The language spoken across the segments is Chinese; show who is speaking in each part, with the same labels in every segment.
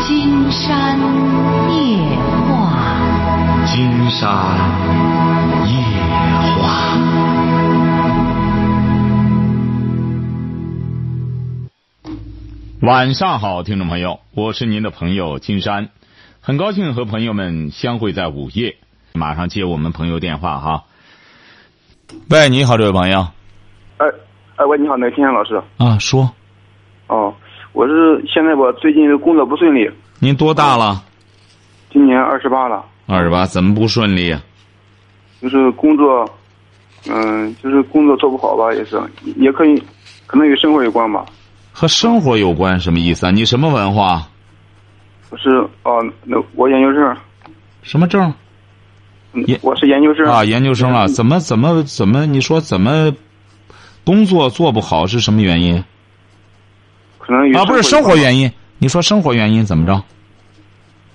Speaker 1: 金山夜话，
Speaker 2: 金山夜话。晚上好，听众朋友，我是您的朋友金山，很高兴和朋友们相会在午夜。马上接我们朋友电话哈。喂，你好，这位朋友。
Speaker 3: 哎哎喂，你好，那个金山老师。
Speaker 2: 啊，说，
Speaker 3: 哦，我是现在吧，最近工作不顺利，
Speaker 2: 您多大了？
Speaker 3: 今年二十八了，
Speaker 2: 二十八，怎么不顺利啊？
Speaker 3: 就是工作，嗯、就是工作做不好吧，也是，也可以，可能与生活有关吧。
Speaker 2: 和生活有关什么意思啊？你什么文化？
Speaker 3: 我是哦，那我研究生，
Speaker 2: 什么证？
Speaker 3: 嗯
Speaker 2: 研
Speaker 3: 我是研究生
Speaker 2: 啊，研究生啊，
Speaker 3: 嗯
Speaker 2: 怎么怎么怎么？你说怎么工作做不好是什么原因
Speaker 3: 可能与
Speaker 2: 啊？不是生
Speaker 3: 生
Speaker 2: 活
Speaker 3: 有关
Speaker 2: 原因，你说生活原因怎么着？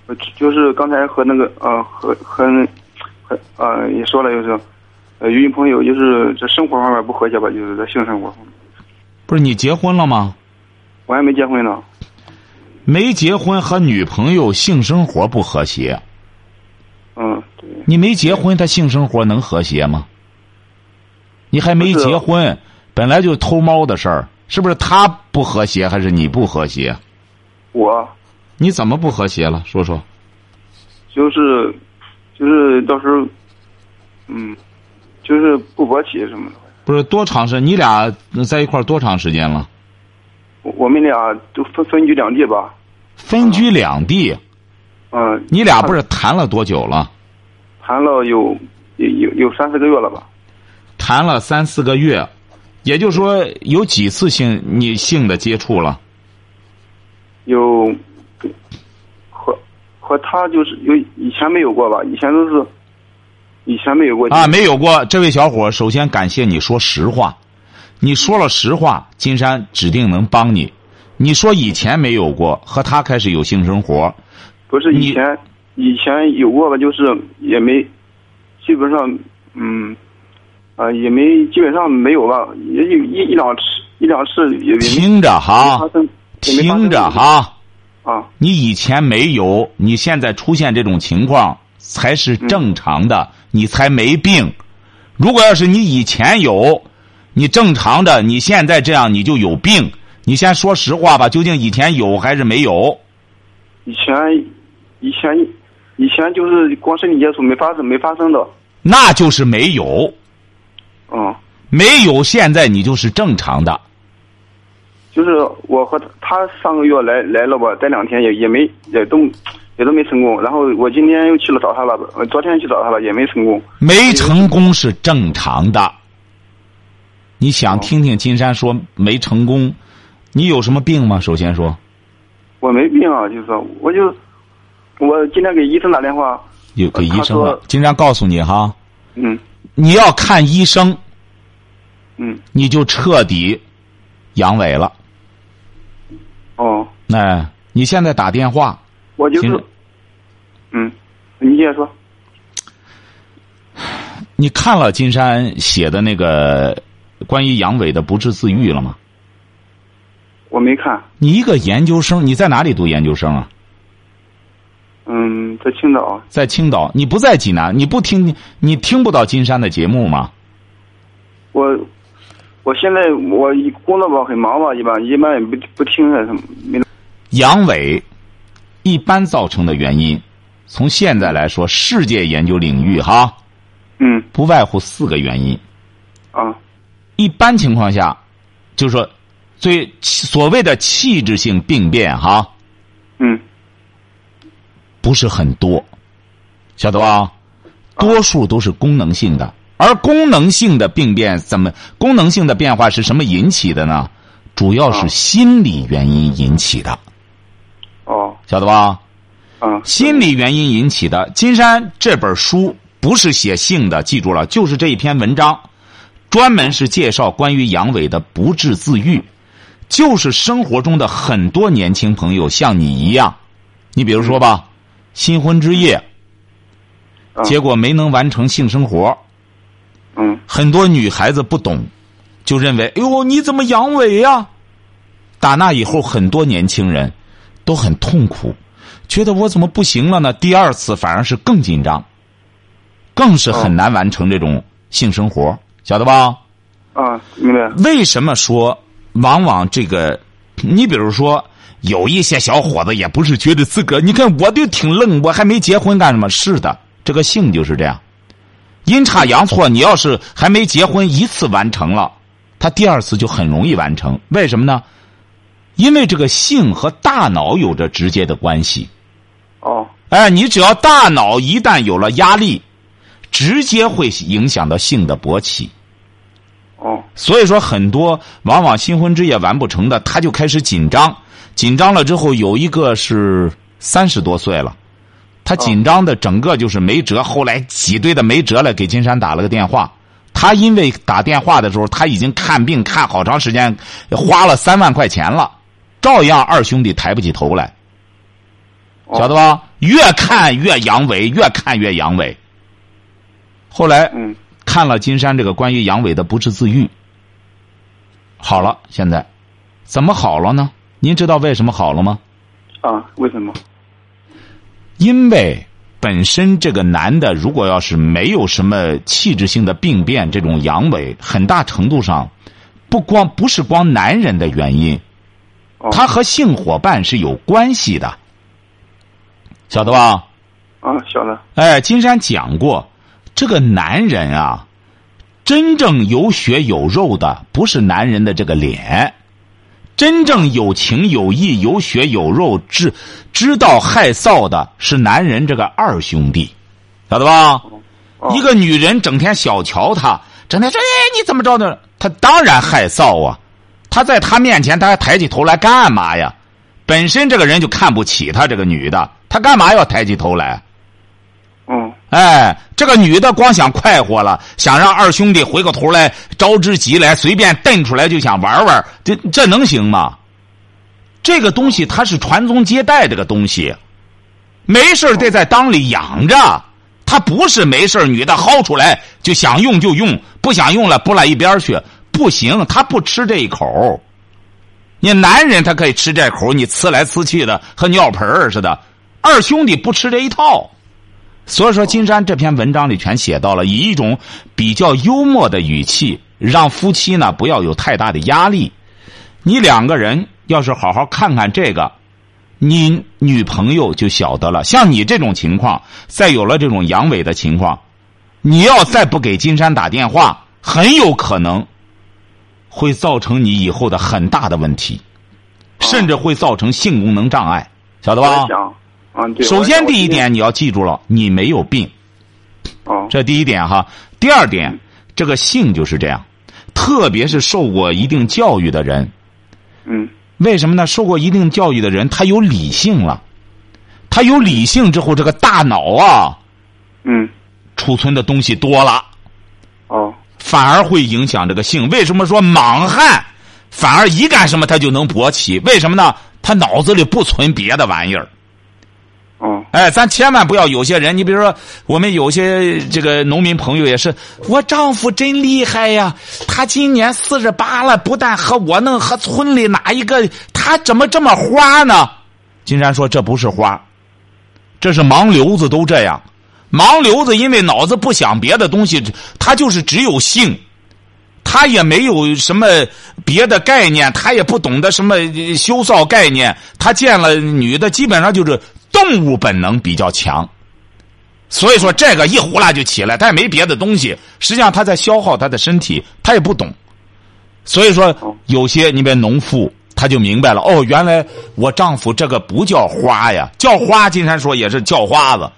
Speaker 3: 呃就是刚才和那个呃和和和呃也说了，就是呃与女朋友就是这生活方面不和谐吧，就是在性生活方面，
Speaker 2: 不是你结婚了吗？
Speaker 3: 我还没结婚呢，
Speaker 2: 没结婚和女朋友性生活不和谐，
Speaker 3: 嗯，对，
Speaker 2: 你没结婚，他性生活能和谐吗？你还没
Speaker 3: 不是
Speaker 2: 结婚，本来就偷猫的事儿，是不是他不和谐还是你不和谐？
Speaker 3: 我
Speaker 2: 你怎么不和谐了？说说。
Speaker 3: 就是就是到时候，嗯，就是不勃起什么的。
Speaker 2: 不是多长时间？你俩在一块儿多长时间了？
Speaker 3: 我我们俩就分分居两地吧，
Speaker 2: 分居两地，
Speaker 3: 嗯、
Speaker 2: 你俩不是谈了多久了？
Speaker 3: 谈了有有有有三四个月了吧？
Speaker 2: 谈了三四个月，也就是说有几次性你性的接触了？
Speaker 3: 有和和他就是有以前没有过吧？以前都是以前没有过
Speaker 2: 啊，没有过。这位小伙，首先感谢你说实话，你说了实话，金山指定能帮你。你说以前没有过，和他开始有性生活，
Speaker 3: 不是
Speaker 2: 你
Speaker 3: 以前以前有过吧？就是也没基本上嗯啊、也没基本上没有吧，也有一一两次一两次也也没
Speaker 2: 听着
Speaker 3: 没
Speaker 2: 哈
Speaker 3: 发，生，也没发生
Speaker 2: 听着哈，
Speaker 3: 啊
Speaker 2: 你以前没有，你现在出现这种情况才是正常的，你才没病。如果要是你以前有，你正常的，你现在这样你就有病。你先说实话吧，究竟以前有还是没有？
Speaker 3: 以前以前以前就是光身体接触没发生没发生的，
Speaker 2: 那就是没有，
Speaker 3: 嗯，
Speaker 2: 没有，现在你就是正常的。
Speaker 3: 就是我和他上个月来来了吧，待两天也也没也都也都没成功，然后我今天又去了找他了，呃昨天去找他了也没成功，
Speaker 2: 没成功是正常的。你想听听金山说没成功，你有什么病吗？首先说，
Speaker 3: 我没病啊，就是说我就我今天给医生打电话，
Speaker 2: 有给医
Speaker 3: 他
Speaker 2: 生
Speaker 3: 说
Speaker 2: 了。金山告诉你哈，
Speaker 3: 嗯
Speaker 2: 你要看医生，
Speaker 3: 嗯
Speaker 2: 你就彻底阳痿了。
Speaker 3: 哦，
Speaker 2: 哎，你现在打电话，
Speaker 3: 我就
Speaker 2: 行
Speaker 3: 是嗯，你接着说，
Speaker 2: 你看了金山写的那个关于阳痿的不治自愈了吗？
Speaker 3: 我没看，
Speaker 2: 你一个研究生，你在哪里读研究生啊？
Speaker 3: 嗯，在青岛
Speaker 2: 在青岛，你不在济南，你不听，你听不到金山的节目吗？
Speaker 3: 我我现在我工作吧很忙吧，一般一般也不不听啊什么，没
Speaker 2: 阳痿一般造成的原因，从现在来说，世界研究领域哈，
Speaker 3: 嗯
Speaker 2: 不外乎四个原因。
Speaker 3: 啊
Speaker 2: 一般情况下，就是说，最所谓的器质性病变哈，
Speaker 3: 嗯
Speaker 2: 不是很多，晓得吧？多数都是功能性的，而功能性的病变怎么？功能性的变化是什么引起的呢？主要是
Speaker 3: 啊
Speaker 2: 心理原因引起的，
Speaker 3: 哦
Speaker 2: 晓得吧？
Speaker 3: 啊
Speaker 2: 心理原因引起的。金山这本书不是写性的，记住了，就是这一篇文章，专门是介绍关于阳痿的不治自愈，就是生活中的很多年轻朋友像你一样，你比如说吧，新婚之夜，
Speaker 3: 啊
Speaker 2: 结果没能完成性生活，
Speaker 3: 嗯
Speaker 2: 很多女孩子不懂，就认为，哎呦，你怎么阳痿呀、打那以后，很多年轻人都很痛苦，觉得我怎么不行了呢？第二次反而是更紧张，更是很难完成这种性生活，晓得吧？
Speaker 3: 啊，明白。
Speaker 2: 为什么说往往这个？你比如说，有一些小伙子也不是觉得自个儿，你看我就挺愣，我还没结婚干什么？是的，这个性就是这样，阴差阳错。你要是还没结婚，一次完成了，他第二次就很容易完成。为什么呢？因为这个性和大脑有着直接的关系。
Speaker 3: 哦，
Speaker 2: 哎，你只要大脑一旦有了压力，直接会影响到性的勃起。
Speaker 3: 哦，
Speaker 2: 所以说很多往往新婚之夜完不成的，他就开始紧张，紧张了之后有一个是三十多岁了，他紧张的整个就是没辙。后来挤兑的没辙了，给金山打了个电话。他因为打电话的时候他已经看病看好长时间，花了三万块钱了，照样二兄弟抬不起头来，晓得吧？越看越阳痿，越看越阳痿。后来，
Speaker 3: 嗯。
Speaker 2: 看了金山这个关于阳痿的不治自愈，好了，现在怎么好了呢？您知道为什么好了吗？
Speaker 3: 啊，为什么？
Speaker 2: 因为本身这个男的如果要是没有什么器质性的病变，这种阳痿很大程度上不光不是光男人的原因，
Speaker 3: 哦
Speaker 2: 他和性伙伴是有关系的，晓得吧？
Speaker 3: 啊，晓得。
Speaker 2: 哎，金山讲过，这个男人啊，真正有血有肉的不是男人的这个脸，真正有情有义、有血有肉、知知道害臊的是男人这个二兄弟，晓得吧？
Speaker 3: 哦
Speaker 2: 一个女人整天小瞧他，整天说：“哎，你怎么着的？”他当然害臊啊！他在他面前，他还抬起头来干嘛呀？本身这个人就看不起他这个女的，他干嘛要抬起头来？啊
Speaker 3: 嗯，
Speaker 2: 哎，这个女的光想快活了，想让二兄弟回过头来招之即来，随便瞪出来就想玩玩，这这能行吗？这个东西它是传宗接代，这个东西，没事儿得在裆里养着，它不是没事儿女的薅出来就想用就用，不想用了拨拉一边儿去，不行，他不吃这一口。你男人他可以吃这口，你呲来呲去的和尿盆儿似的，二兄弟不吃这一套。所以说，金山这篇文章里全写到了，以一种比较幽默的语气，让夫妻呢不要有太大的压力。你两个人要是好好看看这个，你女朋友就晓得了。像你这种情况，再有了这种阳痿的情况，你要再不给金山打电话，很有可能会造成你以后的很大的问题，甚至会造成性功能障碍，晓得
Speaker 3: 哦我
Speaker 2: 吧
Speaker 3: 在？想，啊，对。
Speaker 2: 首先，
Speaker 3: 我在
Speaker 2: 第一点，你要记住了，你没有病。
Speaker 3: 哦，
Speaker 2: 这第一点哈。第二点，这个性就是这样，特别是受过一定教育的人，
Speaker 3: 嗯，
Speaker 2: 为什么呢？受过一定教育的人，他有理性了，他有理性之后，这个大脑啊，
Speaker 3: 嗯，
Speaker 2: 储存的东西多了，
Speaker 3: 哦，
Speaker 2: 反而会影响这个性。为什么说莽汉反而一干什么他就能勃起？为什么呢？他脑子里不存别的玩意儿。
Speaker 3: 哦，
Speaker 2: 哎，咱千万不要有些人，你比如说，我们有些这个农民朋友也是，我丈夫真厉害呀，他今年四十八了，不但和我弄，和村里哪一个，他怎么这么花呢？金山说这不是花，这是盲流子都这样，盲流子因为脑子不想别的东西，他就是只有性。他也没有什么别的概念，他也不懂得什么呃羞臊概念。他见了女的，基本上就是动物本能比较强，所以说这个一呼啦就起来，他也没别的东西。实际上他在消耗他的身体，他也不懂。所以说
Speaker 3: 哦，
Speaker 2: 有些你比如农妇，他就明白了哦，原来我丈夫这个不叫花呀，叫花，金山说也是叫花子。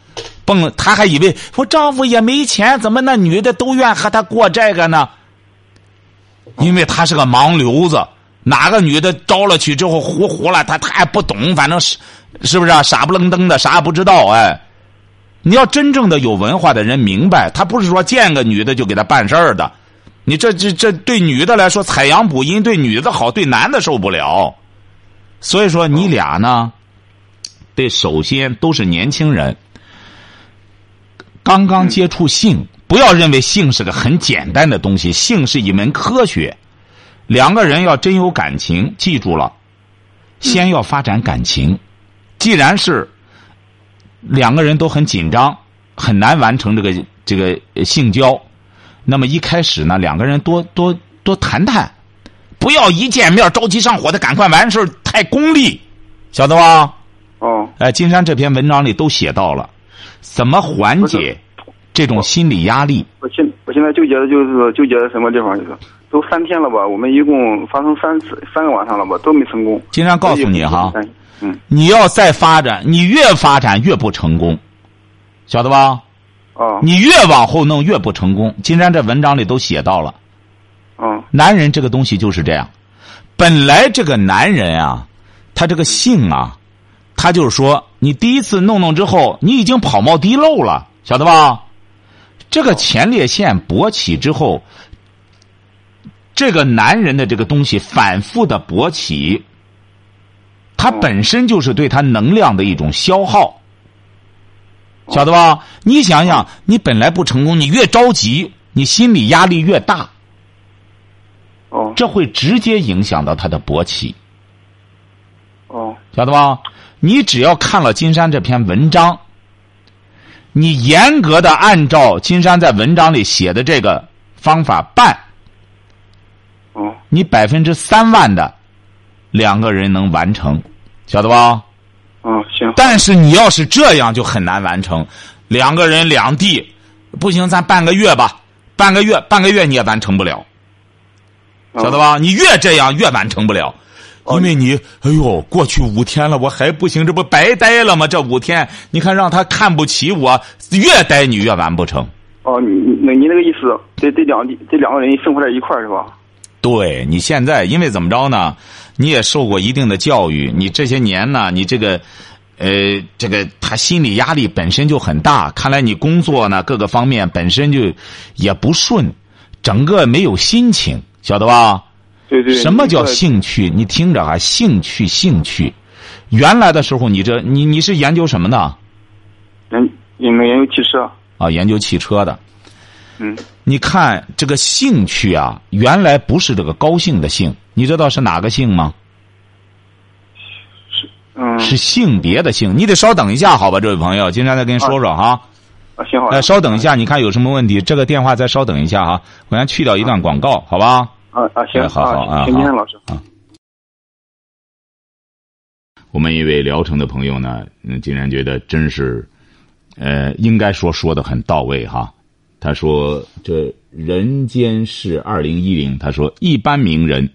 Speaker 2: 蹦了，他还以为我丈夫也没钱，怎么那女的都愿和他过这个呢？因为他是个盲流子，哪个女的招了去之后糊糊了，他他也不懂，反正是是不是啊？傻不愣登的，啥也不知道。哎，你要真正的有文化的人明白，他不是说见个女的就给他办事儿的。你这这这对女的来说采阳补阴，对女的好，对男的受不了。所以说你俩呢，得首先都是年轻人，刚刚接触性，不要认为性是个很简单的东西，性是一门科学。两个人要真有感情，记住了，先要发展感情。既然是两个人都很紧张，很难完成这个这个性交。那么一开始呢，两个人多多多谈谈，不要一见面着急上火的，赶快完事儿，太功利，晓得吧？
Speaker 3: 哦，
Speaker 2: 哎，金山这篇文章里都写到了，怎么缓解这种心理压力？
Speaker 3: 我现我现在纠结的就是纠结在什么地方，就是都三天了吧，我们一共发生三次三个晚上了吧，都没成功。
Speaker 2: 金山告诉你哈，
Speaker 3: 嗯，
Speaker 2: 你要再发展，你越发展越不成功，晓得吧？
Speaker 3: 哦，
Speaker 2: 你越往后弄越不成功。金山这文章里都写到了，
Speaker 3: 哦，
Speaker 2: 男人这个东西就是这样，本来这个男人啊，他这个性啊，他就是说，你第一次弄弄之后，你已经跑冒滴漏了，晓得吧？这个前列腺勃起之后，这个男人的这个东西反复的勃起，它本身就是对他能量的一种消耗。晓得吧？你想想，你本来不成功，你越着急，你心理压力越大，
Speaker 3: 哦
Speaker 2: 这会直接影响到他的勃起，
Speaker 3: 哦
Speaker 2: 晓得吧？你只要看了金山这篇文章，你严格的按照金山在文章里写的这个方法办，
Speaker 3: 哦
Speaker 2: 你百分之三万的两个人能完成，晓得吧？
Speaker 3: 哦，行，
Speaker 2: 但是你要是这样，就很难完成。两个人两地，不行，咱半个月吧，半个月，半个月你也完成不了，
Speaker 3: 哦
Speaker 2: 晓得？吧？你越这样越完成不了，因为你，哎呦，过去五天了，我还不行，这不白待了吗？这五天，你看让他看不起我，越待你越完不成。
Speaker 3: 哦，你你那你那个意思，这这两地这两个人生活在一块儿是吧？
Speaker 2: 对你现在，因为怎么着呢？你也受过一定的教育，你这些年呢，你这个，呃，这个他心理压力本身就很大，看来你工作呢各个方面本身就也不顺，整个没有心情，晓得吧？
Speaker 3: 对对。
Speaker 2: 什么叫
Speaker 3: 对
Speaker 2: 兴趣？你听着啊，兴趣，兴趣。原来的时候，你这你你是研究什么的
Speaker 3: 人研究研究汽车？
Speaker 2: 啊？研究汽车的。
Speaker 3: 嗯，
Speaker 2: 你看这个兴趣啊，原来不是这个高兴的兴，你知道是哪个兴吗？
Speaker 3: 嗯，
Speaker 2: 是性别的性，你得稍等一下，好吧，这位朋友，金山再跟你说说哈。
Speaker 3: 啊，行好
Speaker 2: 呃，。稍等一下，你看有什么问题？这个电话再稍等一下哈，我先去掉一段广告，好吧？
Speaker 3: 啊啊，行
Speaker 2: 哎，好好啊
Speaker 3: 啊，行，金山老师。
Speaker 2: 我们一位聊城的朋友呢，嗯，竟然觉得真是，呃，应该说说的很到位哈。他说这人间是二零一零，他说一般名人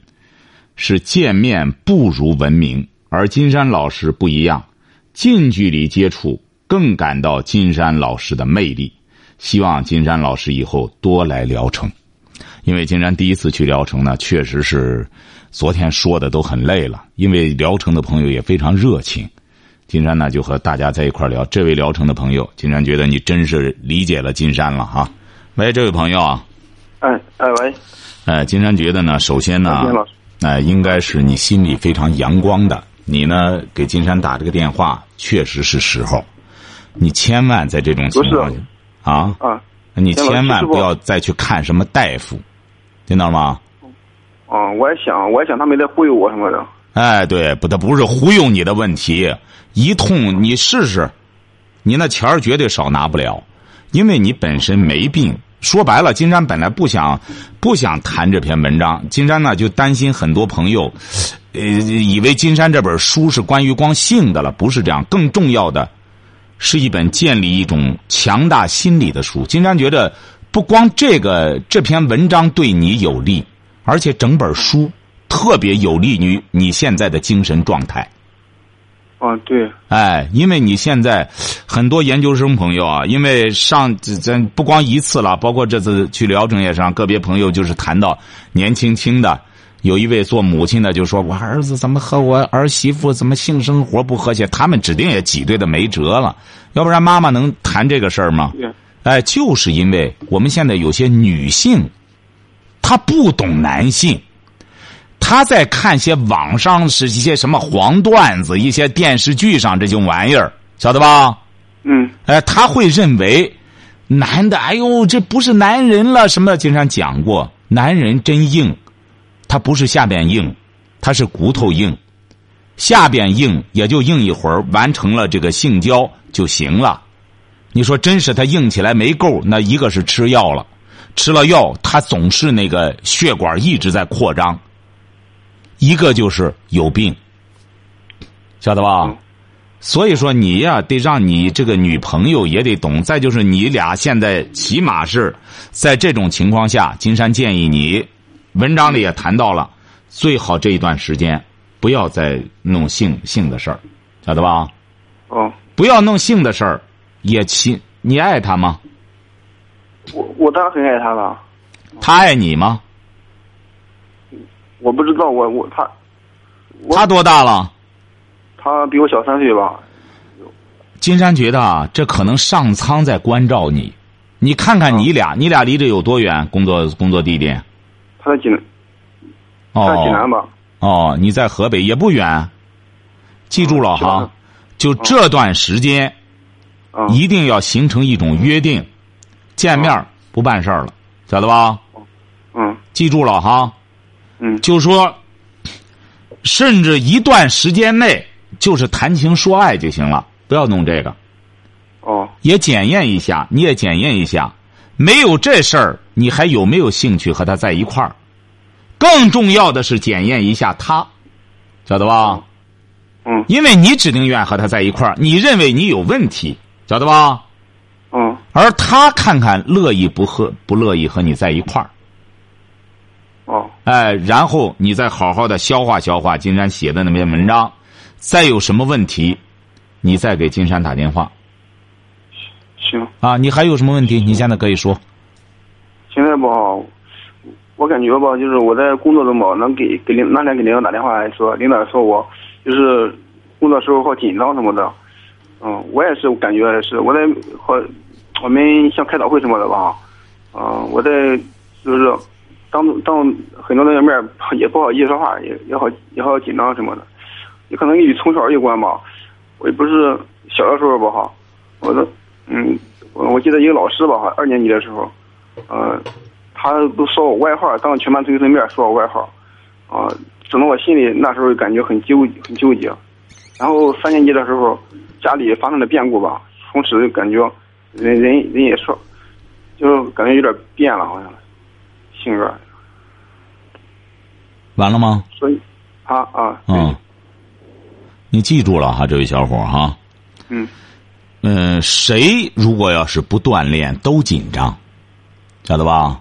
Speaker 2: 是见面不如闻名，而金山老师不一样，近距离接触更感到金山老师的魅力。希望金山老师以后多来聊城，因为金山第一次去聊城呢，确实是。昨天说的都很累了，因为聊城的朋友也非常热情。金山呢就和大家在一块儿聊。这位聊城的朋友，金山觉得你真是理解了金山了哈、喂，这位朋友啊，
Speaker 3: 哎哎喂，
Speaker 2: 呃，金山觉得呢，首先呢
Speaker 3: 金山老师，
Speaker 2: 呃，应该是你心里非常阳光的。你呢给金山打这个电话，确实是时候。你千万在这种情况下
Speaker 3: 不是
Speaker 2: 啊，
Speaker 3: 啊
Speaker 2: 你
Speaker 3: 金山老师
Speaker 2: 千万
Speaker 3: 是不
Speaker 2: 不要再去看什么大夫，听到吗？
Speaker 3: 哦，我也想，我也想他没在忽悠我什么的。
Speaker 2: 哎，对，不，他不是忽悠你的问题，一通你试试，你那钱儿绝对少拿不了，因为你本身没病。说白了，金山本来不想不想谈这篇文章，金山呢就担心很多朋友，呃，以为金山这本书是关于光性的了，不是这样。更重要的，是一本建立一种强大心理的书。金山觉得，不光这个这篇文章对你有利，而且整本书特别有利于你现在的精神状态。
Speaker 3: 啊，对，
Speaker 2: 哎，因为你现在很多研究生朋友啊，因为上这咱不光一次了，包括这次去聊城也是让个别朋友就是谈到年轻轻的，有一位做母亲的就说：“我儿子怎么和我儿媳妇怎么性生活不和谐？”他们指定也挤兑的没辙了，要不然妈妈能谈这个事儿吗？
Speaker 3: 对，
Speaker 2: 哎，就是因为我们现在有些女性，她不懂男性，她在看些网上是一些什么黄段子、一些电视剧上这些玩意儿，晓得吧？
Speaker 3: 嗯，
Speaker 2: 哎，她会认为男的，哎呦，这不是男人了什么的。经常讲过，男人真硬，他不是下边硬，他是骨头硬。下边硬也就硬一会儿，完成了这个性交就行了。你说真是他硬起来没够，那一个是吃药了，吃了药他总是那个血管一直在扩张，一个就是有病，晓得吧？所以说你呀、得让你这个女朋友也得懂。再就是你俩现在起码是在这种情况下，金山建议你，文章里也谈到了，最好这一段时间不要再弄性性的事儿，晓得吧？
Speaker 3: 哦，
Speaker 2: 不要弄性的事儿，也亲，你爱他吗？
Speaker 3: 我我当然很爱他了，
Speaker 2: 他爱你吗？
Speaker 3: 我不知道我我他我
Speaker 2: 他多大了？
Speaker 3: 他比我小三岁吧，
Speaker 2: 金山觉得啊，这可能上苍在关照你。你看看你俩，你俩离这有多远？工作工作地点？
Speaker 3: 他在济南，他在济南
Speaker 2: 哦
Speaker 3: 吧？
Speaker 2: 哦，你在河北也不远。记住了
Speaker 3: 嗯知道
Speaker 2: 哈
Speaker 3: 了，
Speaker 2: 就这段时间
Speaker 3: 啊、
Speaker 2: 一定要形成一种约定，见面儿不办事儿了，晓得吧？
Speaker 3: 嗯
Speaker 2: 记住了哈，
Speaker 3: 嗯
Speaker 2: 就说，甚至一段时间内就是谈情说爱就行了，不要弄这个。
Speaker 3: 哦
Speaker 2: 也检验一下，你也检验一下，没有这事儿，你还有没有兴趣和他在一块儿？更重要的是检验一下他，晓得吧？
Speaker 3: 嗯
Speaker 2: 因为你指定愿和他在一块儿，你认为你有问题，晓得吧？
Speaker 3: 嗯
Speaker 2: 而他看看乐意不和不乐意和你在一块儿，
Speaker 3: 哦
Speaker 2: 哎，然后你再好好的消化消化金山写的那篇文章，再有什么问题，你再给金山打电话
Speaker 3: 行，
Speaker 2: 啊！你还有什么问题？你现在可以说。
Speaker 3: 现在吧，我感觉吧，就是我在工作中吧，能给给领那天给领导打电话来说，领导说我就是工作时候好紧张什么的，嗯，我也是感觉是我在和我们像开早会什么的吧，嗯、我在就是当当很多同学面儿也不好意思说话，也也好也好紧张什么的，也可能与从小有关吧，我也不是小的时候吧哈，我的嗯，我我记得一个老师吧哈，二年级的时候。呃，他都说我外号，当着全班同学的面说我外号，啊、整得我心里那时候感觉很纠很纠结。然后三年级的时候，家里发生了变故吧，从此就感觉人人人也说，就是感觉有点变了，好像性格。
Speaker 2: 完了吗？
Speaker 3: 所以，啊啊，对
Speaker 2: 嗯，你记住了哈，这位小伙儿哈，
Speaker 3: 嗯
Speaker 2: 嗯、谁如果要是不锻炼，都紧张，晓得吧？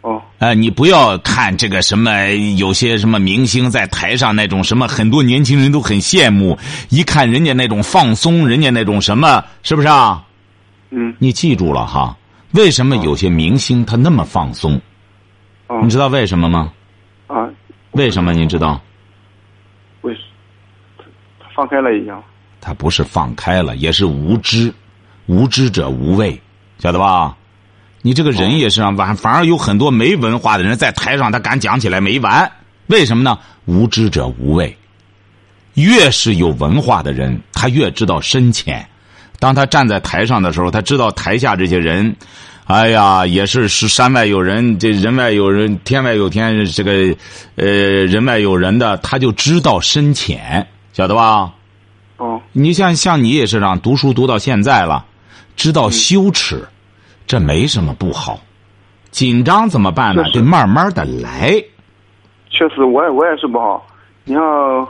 Speaker 3: 哦
Speaker 2: 哎、你不要看这个什么，有些什么明星在台上那种什么，很多年轻人都很羡慕，一看人家那种放松，人家那种什么，是不是啊？
Speaker 3: 嗯
Speaker 2: 你记住了哈，为什么有些明星他那么放松？
Speaker 3: 哦
Speaker 2: 你知道为什么吗？
Speaker 3: 啊，
Speaker 2: 为什么？你知道？
Speaker 3: 为什他放开了已经？
Speaker 2: 他不是放开了，也是无知，无知者无畏，晓得吧？你这个人也是啊，反反而有很多没文化的人在台上，他敢讲起来没完，为什么呢？无知者无畏，越是有文化的人，他越知道深浅。当他站在台上的时候，他知道台下这些人，哎呀，也是是山外有人，这人外有人，天外有天，这个呃人外有人的，他就知道深浅，晓得吧？
Speaker 3: 哦
Speaker 2: 你像像你也是这样，读书读到现在了，知道羞耻，
Speaker 3: 嗯
Speaker 2: 这没什么不好。紧张怎么办呢？
Speaker 3: 是是
Speaker 2: 得慢慢的来。
Speaker 3: 确实，我也我也是不好。你像，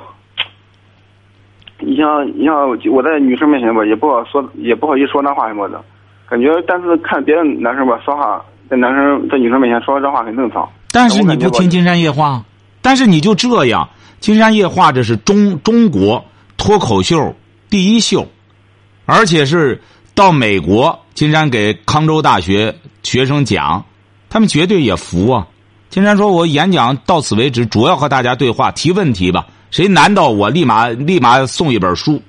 Speaker 3: 你像你像我在女生面前吧，也不好说，也不好意思说那话什么的。感觉，但是看别的男生吧，说话在男生在女生面前说这话很正常。
Speaker 2: 但是
Speaker 3: 我
Speaker 2: 你
Speaker 3: 感觉
Speaker 2: 不
Speaker 3: 吧
Speaker 2: 听金山夜话，但是你就这样，金山夜话这是中中国脱口秀第一秀，而且是到美国，金山给康州大学学生讲，他们绝对也服啊。金山说：“我演讲到此为止，主要和大家对话，提问题吧。谁难到我，立马立马送一本书，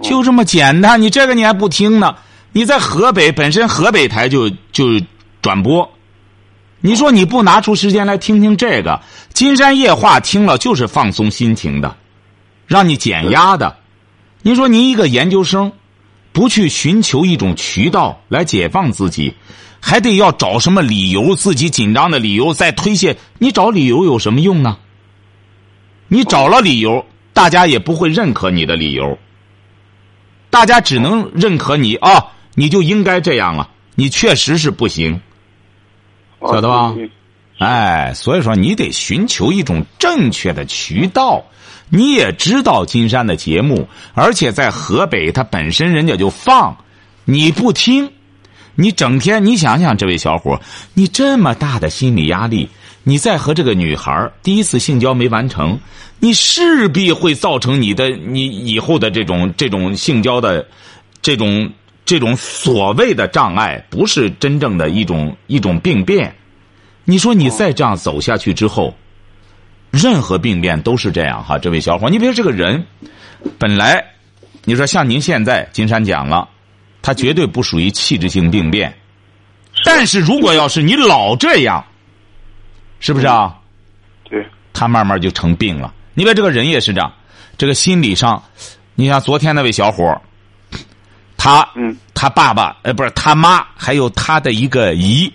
Speaker 2: 就这么简单。你这个你还不听呢？你在河北本身河北台就就转播，你说你不拿出时间来听听这个《金山夜话》，听了就是放松心情的，让你减压的。您说您一个研究生，不去寻求一种渠道来解放自己，还得要找什么理由，自己紧张的理由再推卸，你找理由有什么用呢？你找了理由，大家也不会认可你的理由。大家只能认可你啊、你就应该这样了，你确实是不行。
Speaker 3: 哦
Speaker 2: 晓得吧
Speaker 3: 对对
Speaker 2: 哎，所以说你得寻求一种正确的渠道。你也知道金山的节目，而且在河北，它本身人家就放，你不听，你整天你想想，这位小伙，你这么大的心理压力，你再和这个女孩儿第一次性交没完成，你势必会造成你的你以后的这种这种性交的这种这种所谓的障碍，不是真正的一种一种病变。你说你再这样走下去之后，任何病变都是这样哈，这位小伙，你比如这个人，本来你说像您现在金山讲了，他绝对不属于器质性病变，但是如果要是你老这样，是不是啊？
Speaker 3: 对，
Speaker 2: 他慢慢就成病了。你别这个人也是这样，这个心理上，你像昨天那位小伙儿他
Speaker 3: 嗯
Speaker 2: 他爸爸呃不是他妈，还有他的一个姨，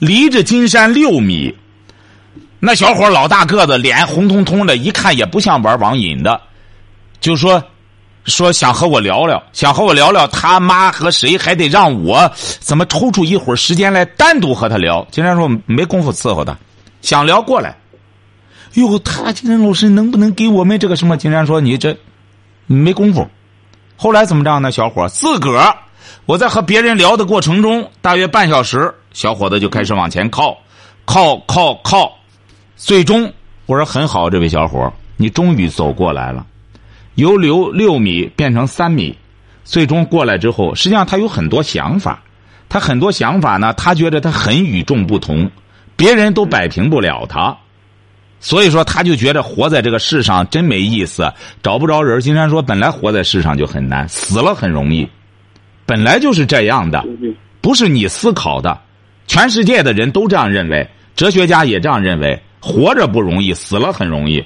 Speaker 2: 离着金山六米，那小伙儿老大个子，脸红彤彤的，一看也不像玩网瘾的，就说说想和我聊聊，想和我聊聊，他妈和谁还得让我怎么抽出一会儿时间来单独和他聊。金山说没工夫伺候他，想聊过来。哟，他金山老师能不能给我们这个什么？金山说你这没工夫。后来怎么着呢？小伙儿自个儿，我在和别人聊的过程中，大约半小时，小伙子就开始往前靠，靠靠靠，最终我说很好，这位小伙儿，你终于走过来了，由留六米变成三米，最终过来之后，实际上他有很多想法，他很多想法呢，他觉得他很与众不同，别人都摆平不了他。所以说，他就觉得活在这个世上真没意思，找不着人。金山说，本来活在世上就很难，死了很容易，本来就是这样的，
Speaker 3: 对对
Speaker 2: 不是你思考的。全世界的人都这样认为，哲学家也这样认为，活着不容易，死了很容易，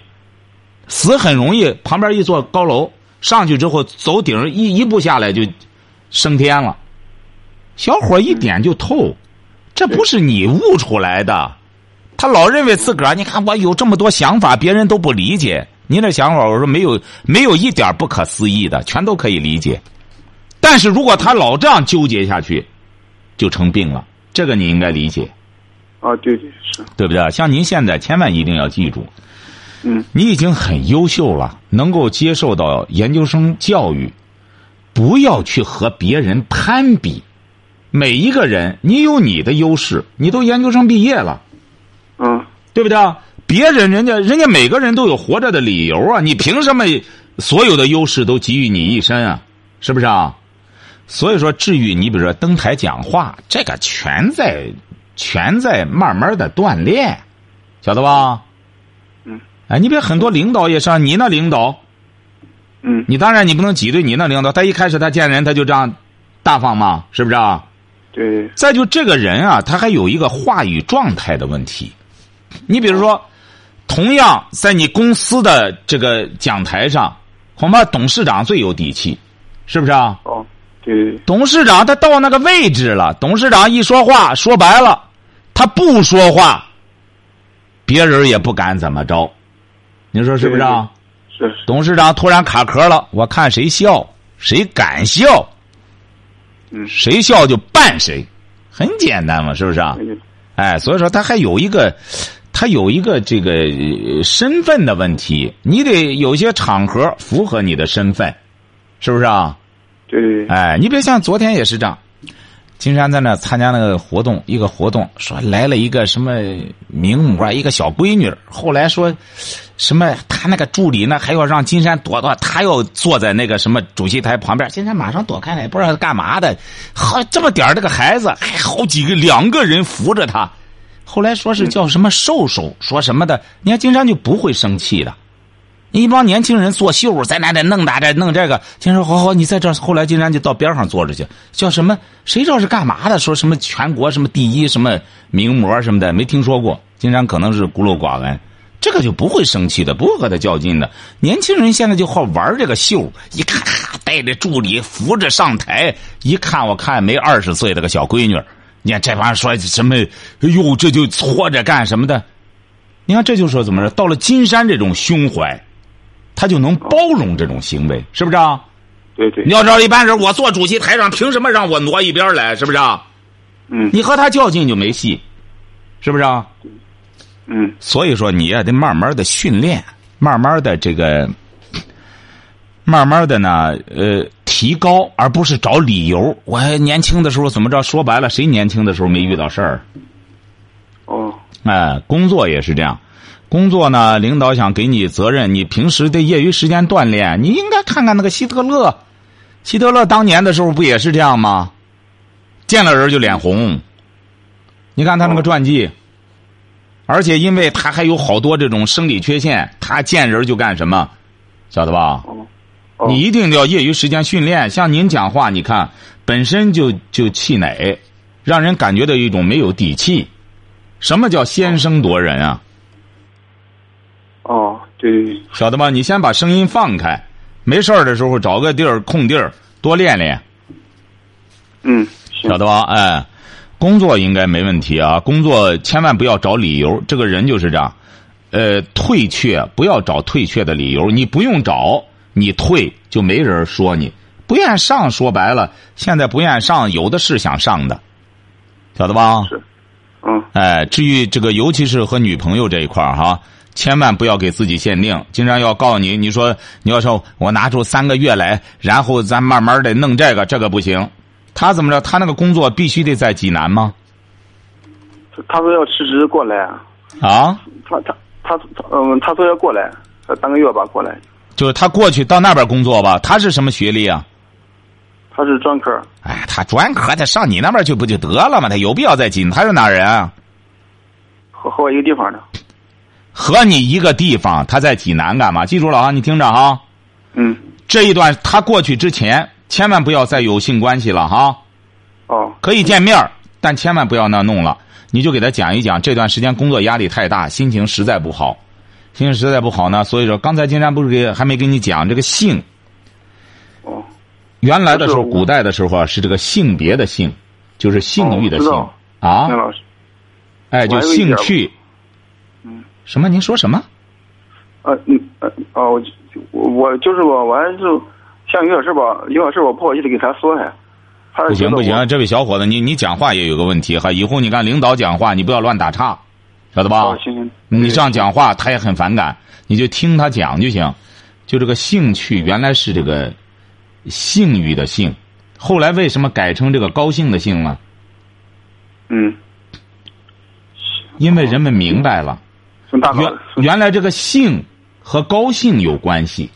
Speaker 2: 死很容易。旁边一座高楼，上去之后走顶儿一一步下来就升天了。小伙儿一点就透，这不是你悟出来的。他老认为自个儿，你看我有这么多想法，别人都不理解。您这想法，我说没有，没有一点不可思议的，全都可以理解。但是如果他老这样纠结下去，就成病了。这个你应该理解，
Speaker 3: 啊，对对是，
Speaker 2: 对不对？像您现在，千万一定要记住，
Speaker 3: 嗯
Speaker 2: 你已经很优秀了，能够接受到研究生教育，不要去和别人攀比。每一个人，你有你的优势，你都研究生毕业了。
Speaker 3: 嗯，
Speaker 2: 对不对？啊？别人人家人家每个人都有活着的理由啊，你凭什么所有的优势都给予你一身啊？是不是啊？所以说，至于你比如说登台讲话，这个全在全在慢慢的锻炼，晓得吧？
Speaker 3: 嗯。
Speaker 2: 哎，你别很多领导也是啊，你那领导，
Speaker 3: 嗯
Speaker 2: 你当然你不能挤兑你那领导，他一开始他见人他就这样大方嘛，是不是啊？
Speaker 3: 对
Speaker 2: 再就这个人啊，他还有一个话语状态的问题。你比如说，同样在你公司的这个讲台上，恐怕董事长最有底气，是不是啊？
Speaker 3: 哦，对对
Speaker 2: 董事长他到那个位置了，董事长一说话，说白了，他不说话，别人也不敢怎么着。您说是不是啊？
Speaker 3: 是是
Speaker 2: 董事长突然卡壳了，我看谁笑，谁敢笑，
Speaker 3: 嗯
Speaker 2: 谁笑就办谁，很简单嘛，是不是啊？
Speaker 3: 对对
Speaker 2: 哎，所以说他还有一个，他有一个这个呃身份的问题，你得有些场合符合你的身份，是不是啊？
Speaker 3: 对对对
Speaker 2: 哎，你别像昨天也是这样，金山在那参加那个活动，一个活动说来了一个什么名模，一个小闺女儿，后来说什么他那个助理呢还要让金山躲躲，他要坐在那个什么主席台旁边，金山马上躲开了，也不知道他干嘛的，好这么点儿这个孩子，还好几个两个人扶着他，后来说是叫什么瘦瘦，说什么的，你看金山就不会生气的。一帮年轻人作秀，在那得弄那这弄这个。金山说：“好好，你在这儿。”后来金山就到边上坐着去，叫什么？谁知道是干嘛的？说什么全国什么第一什么名模什么的，没听说过。金山可能是孤陋寡闻，这个就不会生气的，不会和他较劲的。年轻人现在就好玩这个秀，一咔咔带着助理扶着上台，一看我看没二十岁的个小闺女儿，你看这帮人说什么？哎呦，这就搓着干什么的？你看这就说怎么着？到了金山这种胸怀。他就能包容这种行为，是不是啊？
Speaker 3: 对对
Speaker 2: 你，要知道，一般人我坐主席台上，凭什么让我挪一边儿来？是不是啊？
Speaker 3: 嗯
Speaker 2: 你和他较劲就没戏，是不是啊？
Speaker 3: 嗯
Speaker 2: 所以说，你也得慢慢的训练，慢慢的这个，慢慢的呢，呃，提高，而不是找理由。我还年轻的时候怎么着？说白了，谁年轻的时候没遇到事儿？
Speaker 3: 哦
Speaker 2: 哎，工作也是这样。工作呢，领导想给你责任，你平时的业余时间锻炼，你应该看看那个希特勒。希特勒当年的时候不也是这样吗？见了人就脸红。你看他那个传记，而且因为他还有好多这种生理缺陷，他见人就干什么，晓得吧？
Speaker 3: 哦哦，
Speaker 2: 你一定要业余时间训练。像您讲话，你看本身就就气馁，让人感觉到一种没有底气。什么叫先声夺人啊？
Speaker 3: 哦对对
Speaker 2: 晓得吧？你先把声音放开，没事儿的时候找个地儿空地儿多练练，
Speaker 3: 嗯行
Speaker 2: 晓得吧？哎，工作应该没问题啊。工作千万不要找理由，这个人就是这样。呃，退却不要找退却的理由，你不用找，你退就没人说你不愿上。说白了，现在不愿上，有的是想上的，晓得吧？
Speaker 3: 是嗯
Speaker 2: 哎，至于这个，尤其是和女朋友这一块儿哈，千万不要给自己限定。经常要告诉你，你说你要说我拿出三个月来，然后咱慢慢的弄这个，这个不行。他怎么着？他那个工作必须得在济南吗？
Speaker 3: 他说要辞职过来，
Speaker 2: 啊，
Speaker 3: 他他他他嗯他说要过来，呃三个月吧过来，
Speaker 2: 就是他过去到那边工作吧。他是什么学历啊？
Speaker 3: 他是专科，
Speaker 2: 哎，他专科，他上你那边去不就得了吗？他有必要在济南？他是哪人啊？
Speaker 3: 和和我一个地方的，
Speaker 2: 和你一个地方，他在济南干嘛？记住了啊，你听着啊，
Speaker 3: 嗯
Speaker 2: 这一段他过去之前，千万不要再有性关系了哈、
Speaker 3: 哦
Speaker 2: 可以见面儿，但千万不要那弄了。你就给他讲一讲，这段时间工作压力太大，心情实在不好，心情实在不好呢。所以说，刚才金山不是给还没跟你讲这个性，
Speaker 3: 哦
Speaker 2: 原来的时候，
Speaker 3: 不是我
Speaker 2: 古代的时候啊，是这个性别的性，就是性欲的性、
Speaker 3: 哦
Speaker 2: 啊
Speaker 3: 那，老师
Speaker 2: 哎，就
Speaker 3: 我还有一
Speaker 2: 兴
Speaker 3: 点儿
Speaker 2: 趣。
Speaker 3: 嗯，
Speaker 2: 什么？您说什么？
Speaker 3: 呃嗯呃哦我就我我就是吧，我还是像有点事吧，有点事我不好意思给他说还，他
Speaker 2: 不
Speaker 3: 觉
Speaker 2: 行
Speaker 3: 得
Speaker 2: 不
Speaker 3: 我
Speaker 2: 行，这位小伙子，你你讲话也有个问题哈。以后你看领导讲话，你不要乱打岔，晓得吧？
Speaker 3: 哦行行，
Speaker 2: 你这样讲话，他也很反感，你就听他讲就行。就这个兴趣原来是这个性欲的性，后来为什么改成这个高兴的兴了？
Speaker 3: 嗯，
Speaker 2: 因为人们明白了，
Speaker 3: 孙大
Speaker 2: 原
Speaker 3: 佬，
Speaker 2: 原来这个性和高兴有关系。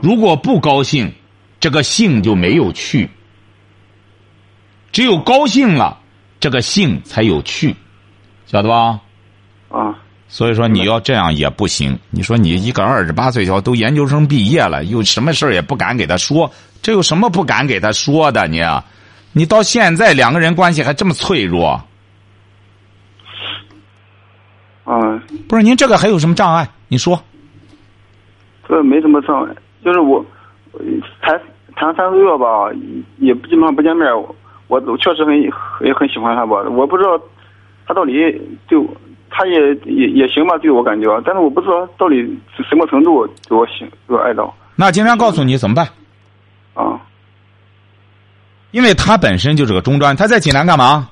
Speaker 2: 如果不高兴，这个性就没有趣；只有高兴了，这个性才有趣，晓得吧？
Speaker 3: 啊
Speaker 2: 所以说你要这样也不行。你说你一个二十八岁小都研究生毕业了，有什么事儿也不敢给他说，这有什么不敢给他说的？你啊，你到现在两个人关系还这么脆弱，
Speaker 3: 啊，
Speaker 2: 不是您这个还有什么障碍？你说
Speaker 3: 这没什么障碍，就是我呃谈谈三个月吧，也基本上不见面。我我确实很也很喜欢他吧，我不知道他到底对我，他也也也行吧，对我感觉，啊但是我不知道到底是什么程度对我行对我爱到
Speaker 2: 那经常告诉你怎么办？
Speaker 3: 啊。
Speaker 2: 因为他本身就是个中专，他在济南干嘛？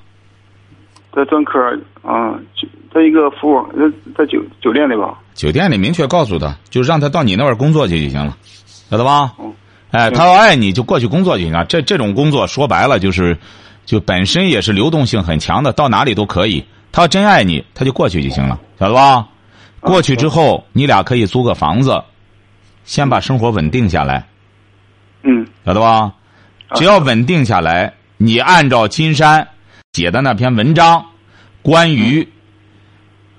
Speaker 3: 在专科啊，就在一个服务在在酒酒店里吧，
Speaker 2: 酒店里明确告诉他，就让他到你那边工作去就行了，晓得吧
Speaker 3: 嗯？
Speaker 2: 哎，他要爱你就过去工作就行了。这这种工作说白了就是，就本身也是流动性很强的，到哪里都可以。他要真爱你，他就过去就行了，晓得吧？过去之后，你俩可以租个房子，先把生活稳定下来，
Speaker 3: 嗯
Speaker 2: 晓得吧？只要稳定下来，你按照金山写的那篇文章，关于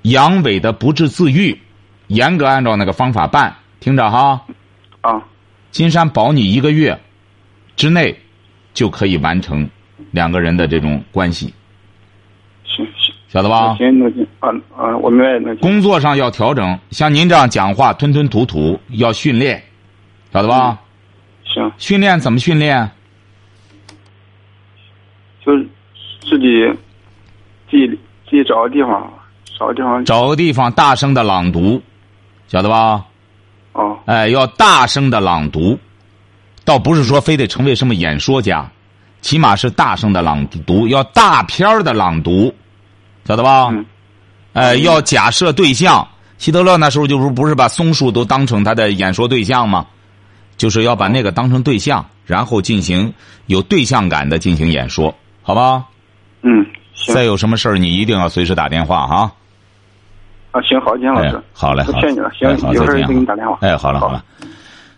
Speaker 2: 阳痿的不治自愈，严格按照那个方法办。听着哈，
Speaker 3: 啊
Speaker 2: 金山保你一个月之内就可以完成两个人的这种关系，
Speaker 3: 行行
Speaker 2: 晓得吧？
Speaker 3: 行，那行啊啊，我明白那行
Speaker 2: 工作上要调整，像您这样讲话吞吞吐吐，要训练，晓得吧？
Speaker 3: 行。
Speaker 2: 训练怎么训练？
Speaker 3: 就是自己自己自己找个地方，找个地方
Speaker 2: 找个地方大声的朗读，晓得吧？
Speaker 3: 啊、
Speaker 2: 哎，要大声的朗读，倒不是说非得成为什么演说家，起码是大声的朗读，要大片儿的朗读，晓得吧？
Speaker 3: 嗯
Speaker 2: 呃，要假设对象。希特勒那时候就是不是把松树都当成他的演说对象吗？就是要把那个当成对象，然后进行有对象感的进行演说，好吧？
Speaker 3: 嗯，行
Speaker 2: 再有什么事儿，你一定要随时打电话哈。
Speaker 3: 啊，行，好，金山老
Speaker 2: 哎
Speaker 3: 师，，
Speaker 2: 好嘞，
Speaker 3: 不
Speaker 2: 好嘞
Speaker 3: 欠你了，行
Speaker 2: 哎，好，
Speaker 3: 有
Speaker 2: 再
Speaker 3: 事儿
Speaker 2: 见
Speaker 3: 给你打电话
Speaker 2: 哈。。哎，好了，好了。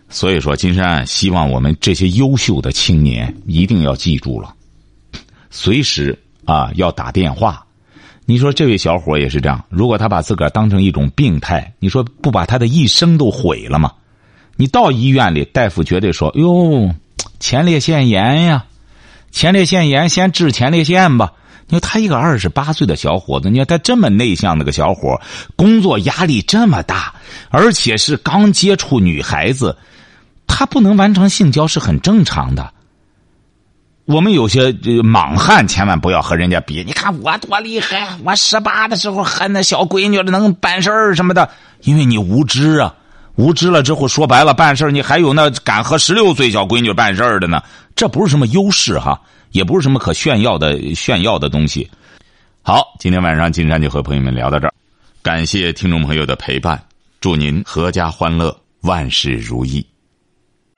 Speaker 2: 所以说，金山希望我们这些优秀的青年一定要记住了， 随时啊要打电话。你说这位小伙也是这样，如果他把自个儿当成一种病态，你说不把他的一生都毁了吗？你到医院里，大夫绝对说：“哟，前列腺炎呀，前列腺炎先治前列腺吧。”你说他一个二十八岁的小伙子，你看他这么内向的个小伙，工作压力这么大，而且是刚接触女孩子，他不能完成性交是很正常的。我们有些这莽汉千万不要和人家比，你看我多厉害，啊我十八的时候和那小闺女能办事儿什么的，因为你无知啊，无知了之后说白了办事儿，你还有那敢和十六岁小闺女办事儿的呢，这不是什么优势哈，也不是什么可炫耀的炫耀的东西。好，今天晚上金山就和朋友们聊到这儿，感谢听众朋友的陪伴，祝您阖家欢乐，万事如意。